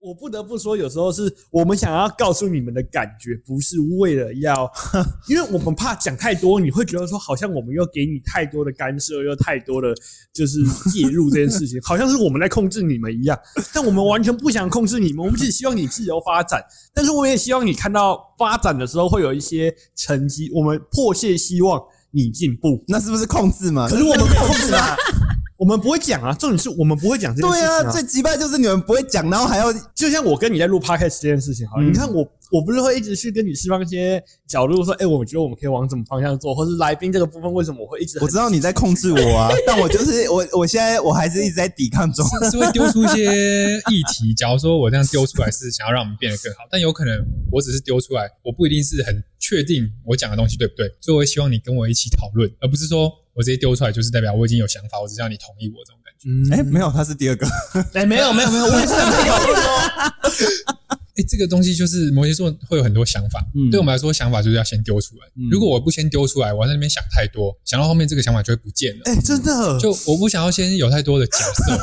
我不得不说，有时候是我们想要告诉你们的感觉，不是为了要， 因为我们怕讲太多，你会觉得说好像我们又给你太多的干涉，又太多的就是介入这件事 情，好像是我们在控制你们一样。但我们完全不想控制你们，我们只希望你自由发展。但是我也希望你看到发展的时候会有一些成绩，我们迫切希望你进步。那是不是控制嘛？可是我们没有控制 啊，我们不会讲啊，重点是我们不会讲这件事对情、啊，最鸡巴就是你们不会讲，然后还要就像我跟你在录 podcast 这件事情，好了，嗯你看我，我不是会一直去跟你释放一些角度，说，哎、我觉得我们可以往怎么方向做，或是来宾这个部分为什么我会一直我知道你在控制我啊，但我就是我，我现在我还是一直在抵抗中。是会丢出一些议题。假如说我这样丢出来是想要让我们变得更好，但有可能我只是丢出来，我不一定是很确定我讲的东西对不对，所以我会希望你跟我一起讨论，而不是说我直接丢出来就是代表我已经有想法，我只是让你同意我这种感觉。嗯，哎、没有，他是第二个。哎、没有没有没有，我也是很没有哎，这个东西就是摩羯座会有很多想法，嗯对我们来说想法就是要先丢出来。嗯如果我不先丢出来，我还在那边想太多，想到后面这个想法就会不见了。哎、真的，就我不想要先有太多的假设。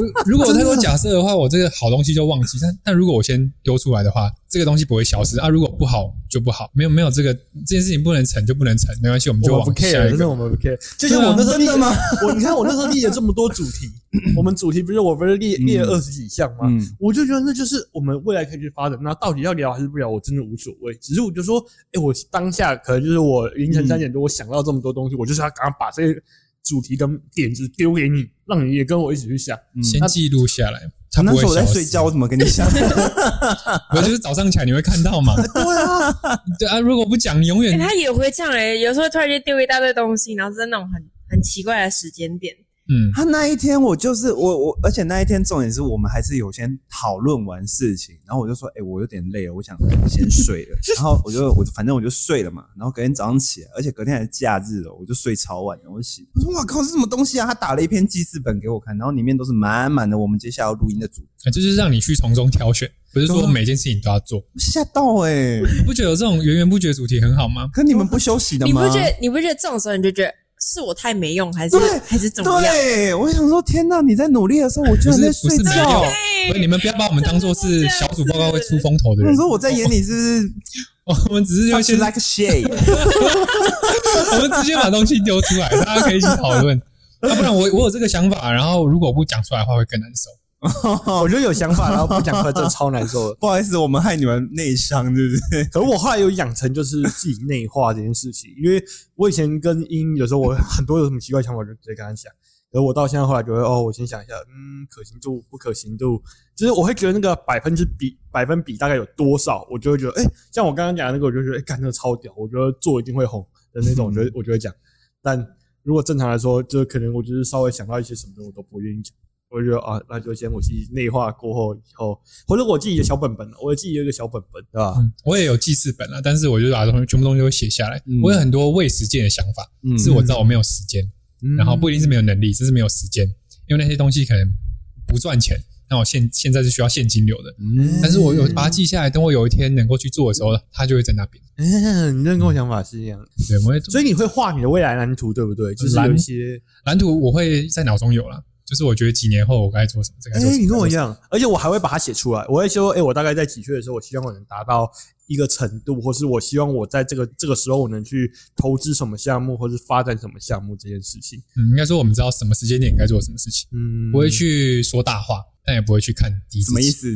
如如果有太多假设的话，我这个好东西就忘记。但但如果我先丢出来的话，这个东西不会消失啊。如果不好就不好，没有没有这个这件事情不能成就不能成，没关系，我们就我往们不下 care，一真的个。我们不 care。就像我那时候真的吗？ 我你看我那时候列了这么多主题，我们主题不是我不是列列了二十几项吗？嗯，我就觉得那就是我们未来可以去发展。那到底要聊还是不聊，我真的无所谓。只是我就说，哎、我当下可能就是我凌晨嗯三点多，我想到这么多东西，我就是要赶快把这些主题跟点子丢给你，让你也跟我一起去想。先记录下来，它那不时候会我在消失。睡觉，我怎么跟你讲？我就是早上起来你会看到嘛。对啊，对啊，如果不讲，你永哎、远他也会这样哎、有时候突然间丢一大堆东西，然后在那种很很奇怪的时间点，嗯他那一天我就是我我，而且那一天重点是我们还是有先讨论完事情，然后我就说，哎、我有点累了，我想先睡了。然后我就我就反正我就睡了嘛，然后隔天早上起来，而且隔天还是假日哦，我就睡超晚，然后我就醒了。我说哇靠，是什么东西啊？他打了一篇记事本给我看，然后里面都是满满的我们接下来要录音的主题，这嗯就是让你去从中挑选，不是对说啊每件事情都要做。我吓到哎、你不觉得有这种源源不绝的主题很好吗？可你们不休息的你不吗？觉得你不觉得这种时候你就觉得是我太没用，还是对还是怎么样？对，我想说，天哪！你在努力的时候，我居不然是在不睡是没觉有。，哎不是你们不要把我们当做是小组报告会出风头的我人想。说我在眼里是我们只是不要是 such 先， like a shade？我们直接把东西丢出来，大家可以一起讨论。要、不然我我有这个想法，然后如果不讲出来的话会更难受。 我就有想法，然后不讲出来，真的超难受的。不好意思，我们害你们内伤，对不对？可我后来有养成就是自己内化这件事情，因为我以前跟英有时候我很多有什么奇怪想法，我就直接跟他讲。而我到现在后来觉得，哦，我先想一下，嗯，可行度、不可行度，就是我会觉得那个百分之比、百分比大概有多少，我就会觉得，哎、像我刚刚讲的那个，我就觉得，哎、干那个超屌，我觉得做一定会红的那种，我觉 得我就会讲。但如果正常来说，就是可能我就是稍微想到一些什么，我都不愿意讲。我就觉得啊，那就先我自己内化过后以后，或者我自己的小本本，我自己有一个小本本，对吧？嗯，我也有记事本啊，但是我就把东西全部东西都写下来。嗯我有很多未实践的想法，嗯是我知道我没有时间，嗯然后不一定是没有能力，只是没有时间，因为那些东西可能不赚钱。那我现现在是需要现金流的，嗯但是我有把它记下来，等我有一天能够去做的时候，它就会在那边。嗯，你这跟我想法是一样的，对，我会所以你会画你的未来蓝图，对不对？就是有一些，蓝图我会在脑中有啦，就是我觉得几年后我该做什么，这该哎、做什么。你跟我一该做什么样，而且我还会把它写出来。我会说，哎、我大概在几岁的时候，我希望我能达到一个程度，或是我希望我在这个这个时候，我能去投资什么项目，或是发展什么项目这件事情。嗯，应该说我们知道什么时间点该做什么事情，嗯，不会去说大话，但也不会去看低。什么意？思？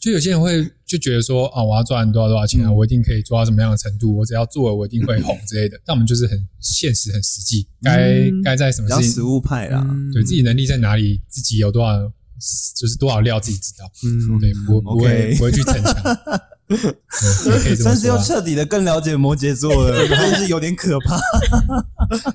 就有些人会就觉得说啊，我要赚多少多少钱啊，嗯我一定可以做到什么样的程度，我只要做了，我一定会红之类的。但我们就是很现实、很实际，该嗯该在什比么较事实情，物派啦。嗯对自己能力在哪里，自己有多少，就是多少料自己知道。嗯，对，不不会 OK 不会去逞强。对也可以这么算是说又啊。彻底的更了解摩羯座了， 真是有点可怕。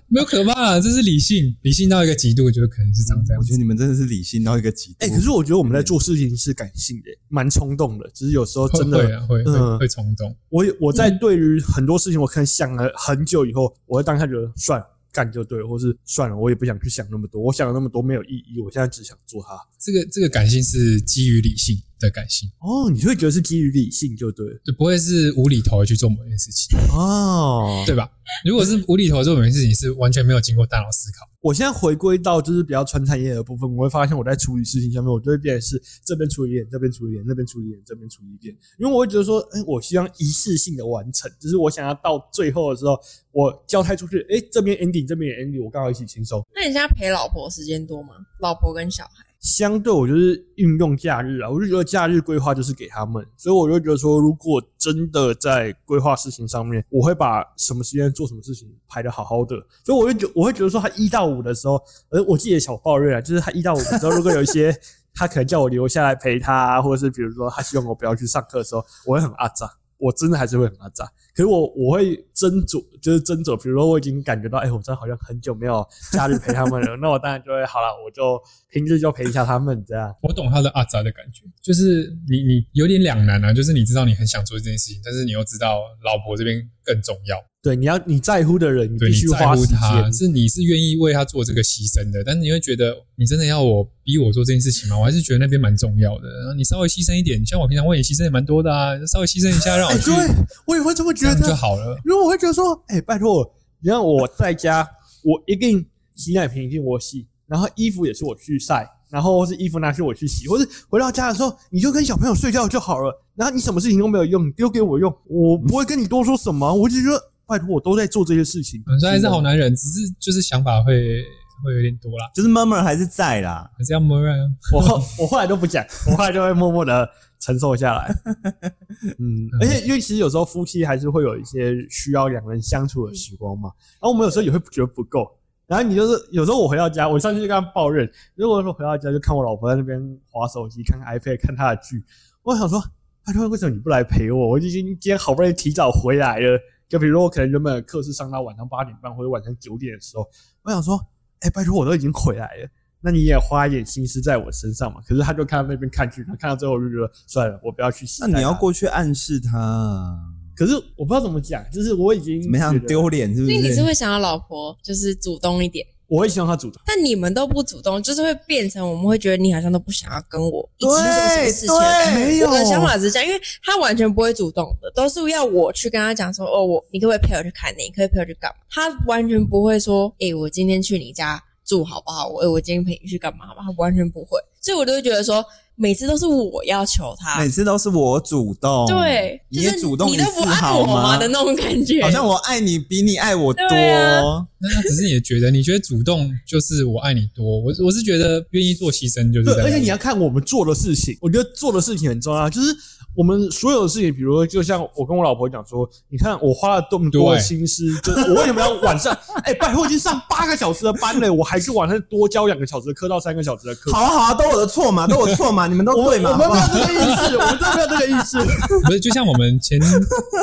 没有可怕啊，这是理性，理性到一个极度，就可能是长这样我子觉。得你们真的是理性到一个极度。哎、可是我觉得我们在做事情是感性的、蛮冲动的，只是有时候会真会的，啊，会嗯会会冲动。我我在对于很多事情，我可能想了很久以后，我会当下觉得算了，干就对了，或是算了，我也不想去想那么多，我想了那么多没有意义，我现在只想做它。这个这个感性是基于理性，的感性，哦，你就会觉得是基于理性就对了就不会是无厘头的去做某件事情，哦。对吧？如果是无厘头地做某件事情，是完全没有经过大脑思考。我现在回归到就是比较传产业的部分，我会发现我在处理事情上面，我就会变成是这边处理一点，这边处理一点，那边处理一点，这边处理一点，因为我会觉得说，哎、我希望一次性的完成，就是我想要到最后的时候，我交代出去，哎、这边 ending，这边也 ending，我刚好一起签收。那你现在陪老婆时间多吗？老婆跟小孩，相对我就是运用假日啊，我就觉得假日规划就是给他们，所以我就觉得说，如果真的在规划事情上面，我会把什么时间做什么事情排的好好的，所以我会觉我会觉得说，他一到五的时候，呃，我自己的小抱怨啊，就是他一到五的时候，如果有一些他可能叫我留下来陪他啊，或者是比如说他希望我不要去上课的时候，我会很阿扎，我真的还是会很阿扎。可是我我会斟酌，就是斟酌。比如说，我已经感觉到，哎、我真的好像很久没有假日陪他们了，那我当然就会好了，我就平日就陪一下他们这样。我懂他的阿杂的感觉，就是你你有点两难啊，就是你知道你很想做这件事情，但是你又知道老婆这边更重要，对，你要你在乎的人，你对必你须在花乎时他，间。是你是愿意为他做这个牺牲的，但是你会觉得你真的要我逼我做这件事情吗？我还是觉得那边蛮重要的，然后你稍微牺牲一点，像我平常为你牺牲也蛮多的啊，稍微牺牲一下让我哎、去，对，我也会这么这觉样得就。好了。因为我会觉得说，哎、拜托，你让我在家，我一定洗奶瓶一定我洗，然后衣服也是我去晒，然后是衣服拿去我去洗，或是回到家的时候你就跟小朋友睡觉就好了，然后你什么事情都没有用，你丢给我用，我不会跟你多说什么，我只是觉得拜托，我都在做这些事情嗯，，所以还是好难，男人，只是就是想法会会有点多啦，就是 murmur 还是在啦。还是要摸啊。我后我后来都不讲，我后来就会默默的。承受下来，嗯，而且因为其实有时候夫妻还是会有一些需要两人相处的时光嘛，然后我们有时候也会觉得不够。然后你就是有时候我回到家，我上去就跟他抱怨，如果说回到家就看我老婆在那边划手机、看 iPad、看她的剧，我想说，拜托，为什么你不来陪我？我已经今天好不容易提早回来了，就比如说我可能原本的课是上到晚上八点半或者晚上九点的时候，我想说，哎、拜托，我都已经回来了。那你也花一点心思在我身上嘛？可是他就看到那边看剧，他看到最后我就觉得算了，我不要去洗。那你要，过去暗示他，可是我不知道怎么讲，就是我已经怎么样觉得丢脸是不所以你是？是会想要老婆就是主动一点，我会希望他主动。但你们都不主动，就是会变成我们会觉得你好像都不想要跟我一起做什么对事情的对，没我的想法是这样，因为他完全不会主动的，都是要我去跟他讲说，哦，我你可不可以陪我去看电影？可不可以陪我去干嘛？他完全不会说，诶、我今天去你家住好不好？我、诶我今天陪你去干嘛好不好？他完全不会，所以我都会觉得说，每次都是我要求他每，次都是我主动，啊对，你就也是主动你一都不次爱好我吗的那种感觉，好像我爱你比你爱我多，对啊那他只是也觉得，你觉得主动就是我爱你多，我我是觉得愿意做牺牲就是对，这样。而且你要看我们做的事情，我觉得做的事情很重要，啊就是我们所有的事情，比如说，就像我跟我老婆讲说，你看我花了这么多的对心思，就是我为什么要晚上？ 哎、拜托，我已经上八个小时的班了，我还去晚上多教两个小时的课到三个小时的课。好啊好啊，都我的错嘛，都我错嘛，你们都我对们嘛，我好们不没有好？这个意 识，我们真的没有这个意识。不是就像我们前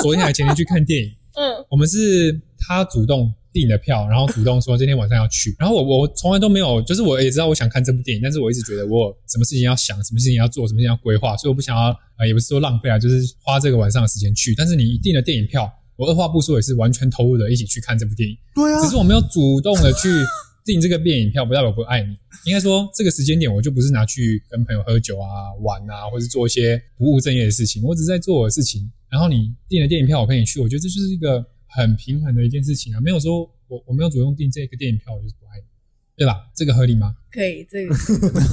昨天还前天去看电影，嗯，我们是他主动订的票，然后主动说今天晚上要去，然后我我从来都没有，就是我也知道我想看这部电影，但是我一直觉得我有什么事情要想，什么事情要做，什么事情要规划，所以我不想要呃，也不是说浪费啊，就是花这个晚上的时间去。但是你订了电影票，我二话不说也是完全投入的一起去看这部电影， 对啊只，是我没有主动的去订这个电影票，不代表我不爱你。应该说，这个时间点我就不是拿去跟朋友喝酒啊、玩啊，或是做一些不务正业的事情，我只是在做我的事情。然后你订了电影票，我陪你去，我觉得这就是一个很平衡的一件事情啊，没有说我我没有主动订这个电影票，我就是不爱你，对吧？这个合理吗？可以，这个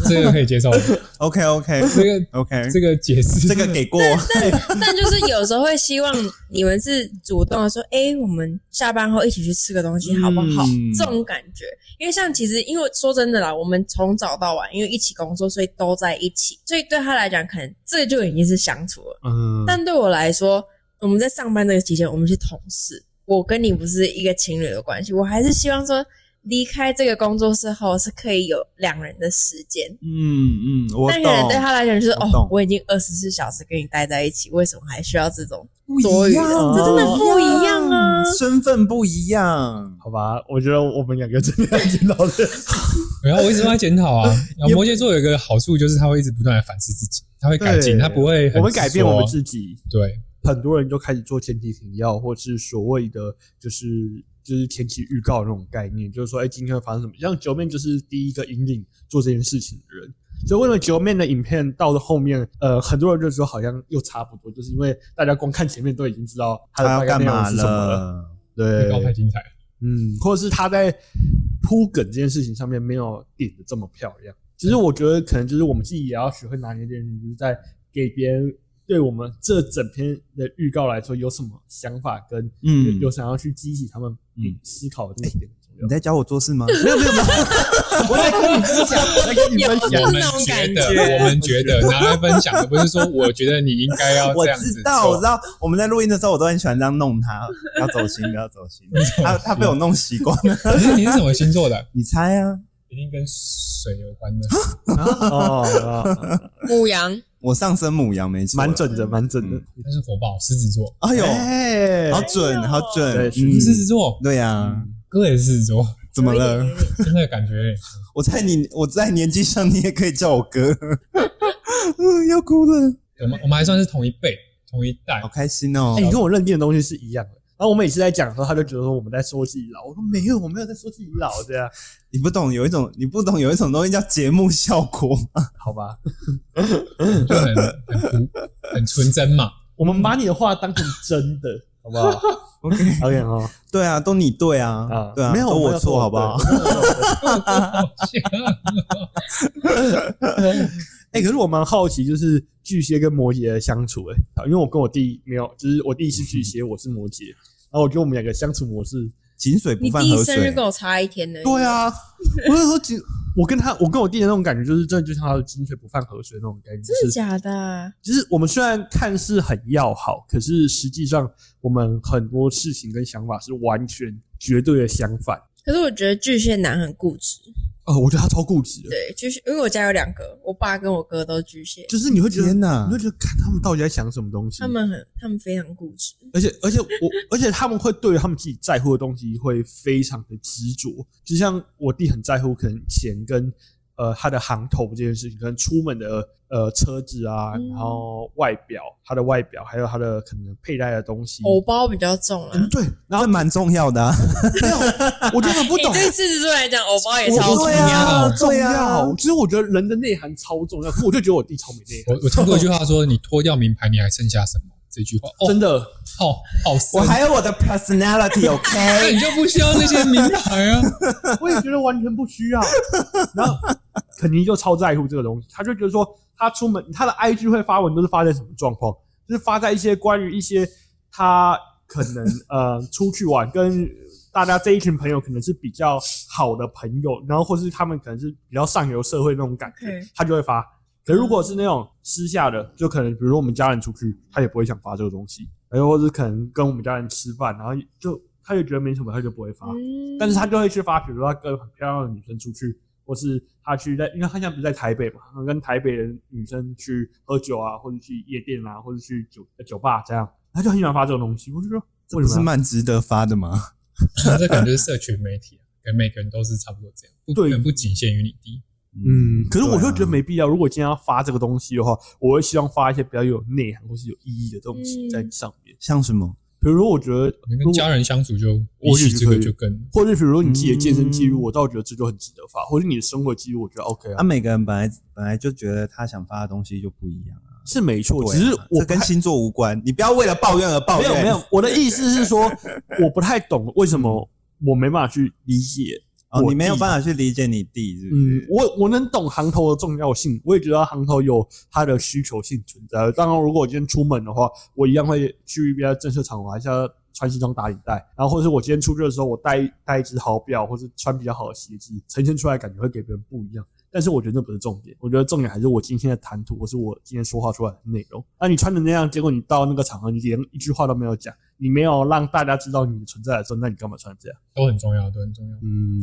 这个可以接 受吗， OK OK 这个 OK，这个解释 这个给过， 但就是有时候会希望你们是主动的说，哎、我们下班后一起去吃个东西好不好？嗯这种感觉，因为像其实，因为说真的啦，我们从早到晚，因为一起工作，所以都在一起，所以对他来讲，可能这就已经是相处了。嗯，但对我来说，我们在上班这个期间，我们是同事，我跟你不是一个情侣的关系，我还是希望说。离开这个工作室后，是可以有两人的时间，嗯嗯，我但可能对懂，他来讲就是我懂哦，我已经二十四小时跟你待在一起，为什么还需要这种不一样，这真的不一样啊身份不一样， 好吧，我觉得我们两个真的要去讨论。然后我一直都在检讨啊。然后摩羯座有一个好处就是他会一直不断的反思自己，他会改进，对他不会很我们改变执着我们自己，对。很多人就开始做前期停药，或是所谓的就是就是前期预告那种概念，就是说，哎、今天会发生什么？像九面就是第一个引领做这件事情的人，所以为什么九面的影片到了后面，呃，很多人就说好像又差不多，就是因为大家光看前面都已经知道他他的要大概干内容嘛是什么了。了？对预，告太精彩了。嗯，或者是他在铺梗这件事情上面没有点的这么漂亮。其实我觉得可能就是我们自己也要学会拿捏这件事情，就是在给别人对我们这整篇的预告来说有什么想法，跟有嗯有想要去激起他们嗯思考的这一点很重要你。在教我做事吗？ 没有没有没有，我在跟你分享，我在跟你分享。我们那种觉感得，我们觉得拿来分享的不是说我觉得你应该要我这样知子道我知做，道，我们在录音的时候我都很喜欢这样弄他，不要走心不要走 心，他他被我弄习惯 了。可是你是什么星座的？你猜啊？一定跟水有关 的。哦 哦，母羊，我上升母羊没错，啊蛮准的，蛮准的。但是火爆狮子座，哎嗯呦，哎好准好准，对是嗯狮子座，对呀，哥也是狮子座，怎么了？ 真的感觉我在你我在年纪上，你也可以叫我哥， 嗯，要哭了，我们我们还算是同一辈、同一代好。开心哦哎，！你跟我认定的东西是一样的。然后我每次在讲的时候，他就觉得说我们在说自己老。我说没有，我没有在说自己老，这样你不懂有一种你不懂有一种东西叫节目效果， 好吧？就很很朴很纯真嘛。 我们把你的话当成真 的，好不好 OK ？OK 哦，对啊，都你对啊，啊，对啊，没有都我错好不好？？没有没有没有 没有哎，可是我蛮好奇，就是巨蟹跟摩羯的相处，哎，好因为我跟我弟没有，就是我弟是巨蟹，我是摩羯，然后我觉得我们两个相处模式井水不你犯弟河生日水跟，我差一天呢。对，啊， 我是说，其实我跟他，我跟我弟的那种感觉，就是真的就像他的井水不犯河水那种感觉，就真的是假的啊？就是我们虽然看似很要好，可是实际上我们很多事情跟想法是完全绝对的相反。可是我觉得巨蟹男很固执，呃，我觉得他超固执的，对，巨蟹，因为我家有两个，我爸跟我哥都是巨蟹，就是你会觉得，天哪你会觉得看他们到底在想什么东西。他们很，他们非常固执，而且而且我，而且他们会对他们自己在乎的东西会非常的执着，就像我弟很在乎可能钱跟呃他的行头这件事情，可能出门的呃车子啊，嗯然后外表他的外表，还有他的可能佩戴的东西。偶包比较重啊啦。对，然后这蛮重要的啊，没有，我真的不欸懂。对狮子座来讲，偶包也我哎觉超重得对啊要。好重对啊要，其实我觉得人的内涵超重要，可我就觉得我弟超没内我我听过一句话说：“你脱掉名牌，你还剩下什么？”这句话涵，哦，真的。好好深我。还有我的 personality，OK，、那你就不需要那些名牌啊！ 我也觉得完全不需要。然后肯尼就超在乎这个东西，他就觉得说，他出门他的 IG 会发文都是发在什么状况，就是发在一些关于一些他可能呃出去玩跟。大家这一群朋友可能是比较好的朋友，然后或是他们可能是比较上流社会那种感觉 OK 他就会发。可是如果是那种私下的，就可能比如说我们家人出去，他也不会想发这个东西，然后或是可能跟我们家人吃饭，然后就他就觉得没什么，他就不会发。嗯但是他就会去发，比如说他跟很漂亮的女生出去，或是他去在，因为他现在不是在台北嘛，他跟台北的女生去喝酒啊，或者去夜店啊，或者去酒呃酒吧这样，他就很喜欢发这种东西。我就说，这为不什是么嗯蛮值得发的吗？这感觉是社群媒体啊，跟每个人都是差不多这样，不对能不仅限于你弟。要？嗯，可是我就觉得对啊没必要。如果今天要发这个东西的话，我会希望发一些比较有内涵或是有意义的东西嗯在上面。像什么？比如说，我觉得你如跟果家人相处就，比我也起觉得这个可以就更或者比如说你自己的健身记录，嗯我倒觉得这就很值得发，或者你的生活记录，我觉得 OK 啊，啊，每个人本来本来就觉得他想发的东西就不一样啊。是没错。对啊只是我不这太跟星座无关，你不要为了抱怨而抱没怨。有没有，我的意思是说，我不太懂为什么我没办法去理解。哦，我你没有弟办法去理解你弟，是不嗯是？，我我能懂行头的重要性，我也觉得行头有它的需求性存在。当然，如果我今天出门的话，我一样会去一边正式场合，还是要穿西装打领带。然后，或者是我今天出去的时候，我戴戴一只好表，或是穿比较好的鞋子，呈现出来感觉会给别人不一样。但是我觉得那不是重点，我觉得重点还是我今天的谈吐，或是我今天说话出来的内容。啊那你穿成那样，结果你到那个场合，你连一句话都没有讲，你没有让大家知道你的存在的时候，那你干嘛穿这样？都很重要，都很重要，嗯，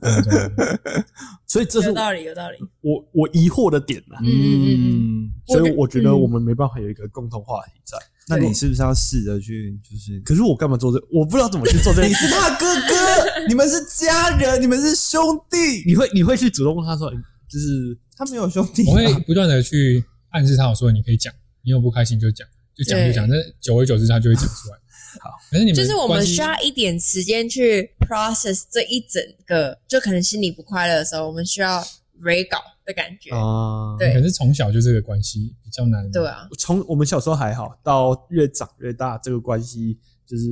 都很重要。 所以这是有我道理，有道理。我我疑惑的点啊呢、嗯嗯嗯，所以我我觉觉得我们没办法有一个共同话题在。那对你是不是要试着去就是？可是我干嘛做这？我不知道怎么去做这件你事。是他哥哥，你们是家人， 你们是兄弟。 你会你会去主动问他说，嗯就是他没有兄弟、我会啊，不断的去暗示他，我说你可以讲，你有不开心就讲，就讲就讲，但是久而久之他就会讲出 来。好，可是你们就是我们关系需要一点时间去 process 这一整个，就可能心里不快乐的时候，我们需要 re 稿，的感觉。哦啊，对可是从小就这个关系比较难。对，啊，从我们小时候还好，到越长越大，这个关系就是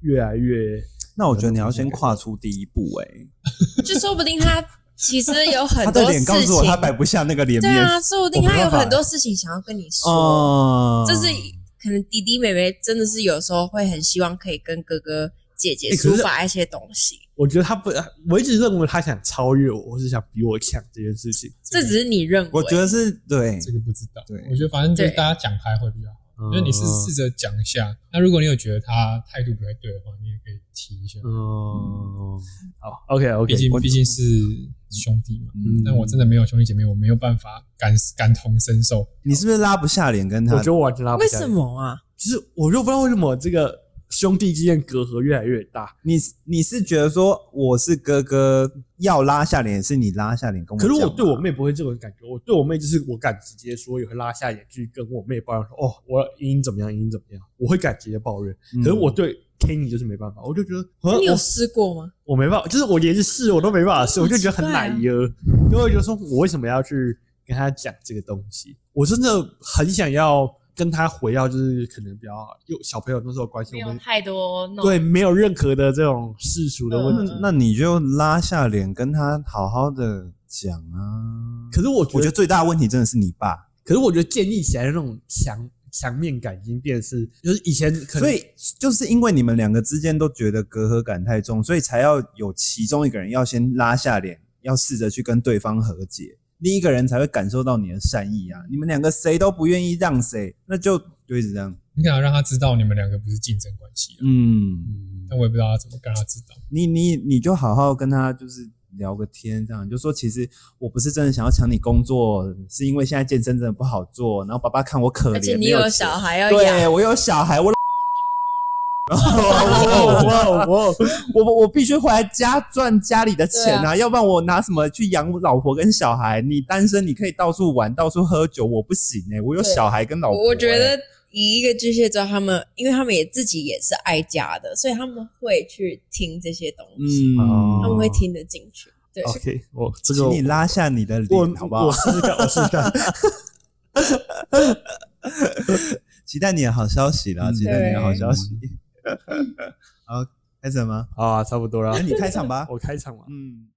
越来越那我觉得你要先跨出第一步、欸，就说不定他其实有很他多的脸事告诉我他摆情，不下那个脸对面。啊，说不定我没他有办法很多事情想要跟你说。哦，这是可能弟弟妹妹真的是有时候会很希望可以跟哥哥姐姐欸可是抒发一些东西，我觉得他不，我一直认为他想超越我，或是想比我强这件事情。这只是你认为。我觉得是对，这个不知道。对我觉得反正就是对大家讲开会比较就好。就是你试嗯试着讲一下，那如果你有觉得他态度不太对的话，你也可以提一下。嗯，好，OK OK，毕竟我毕竟是兄弟嘛。嗯，但我真的没有兄弟姐妹，我没有办法感感同身受。你是不是拉不下脸跟我他觉？得我完全拉不为下什脸，么啊？就是我又不知道为什么这个兄弟之间隔阂越来越大。你你是觉得说我是哥哥要拉下脸，是你拉下脸跟我可讲是吗？我对我妹不会这种感觉，我对我妹就是我敢直接说，也会拉下脸去跟我妹抱怨说，哦，我英英怎么样，英英怎么样，我会敢直接抱怨。嗯，可是我对 Kenny 就是没办法，我就觉得我你有我试过吗？我没办法，就是我连试我都没办法试，我就觉得很奶油，因为我觉得说我为什么要去跟他讲这个东西？我真的很想要跟他回到就是可能比较有小朋友那时候的关系，我们太多那对没有任何的这种世俗的问题嗯。那你就拉下脸跟他好好的讲啊。可是我觉我觉得得，最大的问题真的是你爸，可是我觉得建立起来的那种强强面感已经变得是，就是以前可能所以就是因为你们两个之间都觉得隔阂感太重，所以才要有其中一个人要先拉下脸，要试着去跟对方和解，另一个人才会感受到你的善意啊。你们两个谁都不愿意让谁，那就就一直这样。你想要让他知道你们两个不是竞争关系啊，嗯，嗯但我也不知道他怎么跟他知道。你你你就好好跟他就是聊个天，这样你就说其实我不是真的想要抢你工作，是因为现在健身真的不好做，然后爸爸看我可怜，而且你没有有啊钱小孩要对养，我有小孩，我哇哇哇！我我必须回来家赚家里的钱啊，要不然我拿什么去养老婆跟小孩？你单身你可以到处玩，到处喝酒，我不行哎、我有对小孩跟老婆、我我觉欸得以一个巨蟹座，他们因为他们也自己也是爱家的，所以他们会去听这些东西，哦嗯，他们会听得进去。对， OK，我这个请你拉下你的我脸好不我好？试试看，我试试看。期待你的好消息啦，嗯期待你的好消息。好，开始了吗？好啊，差不多啦哎那。你开场吧。 我开场嘛。嗯。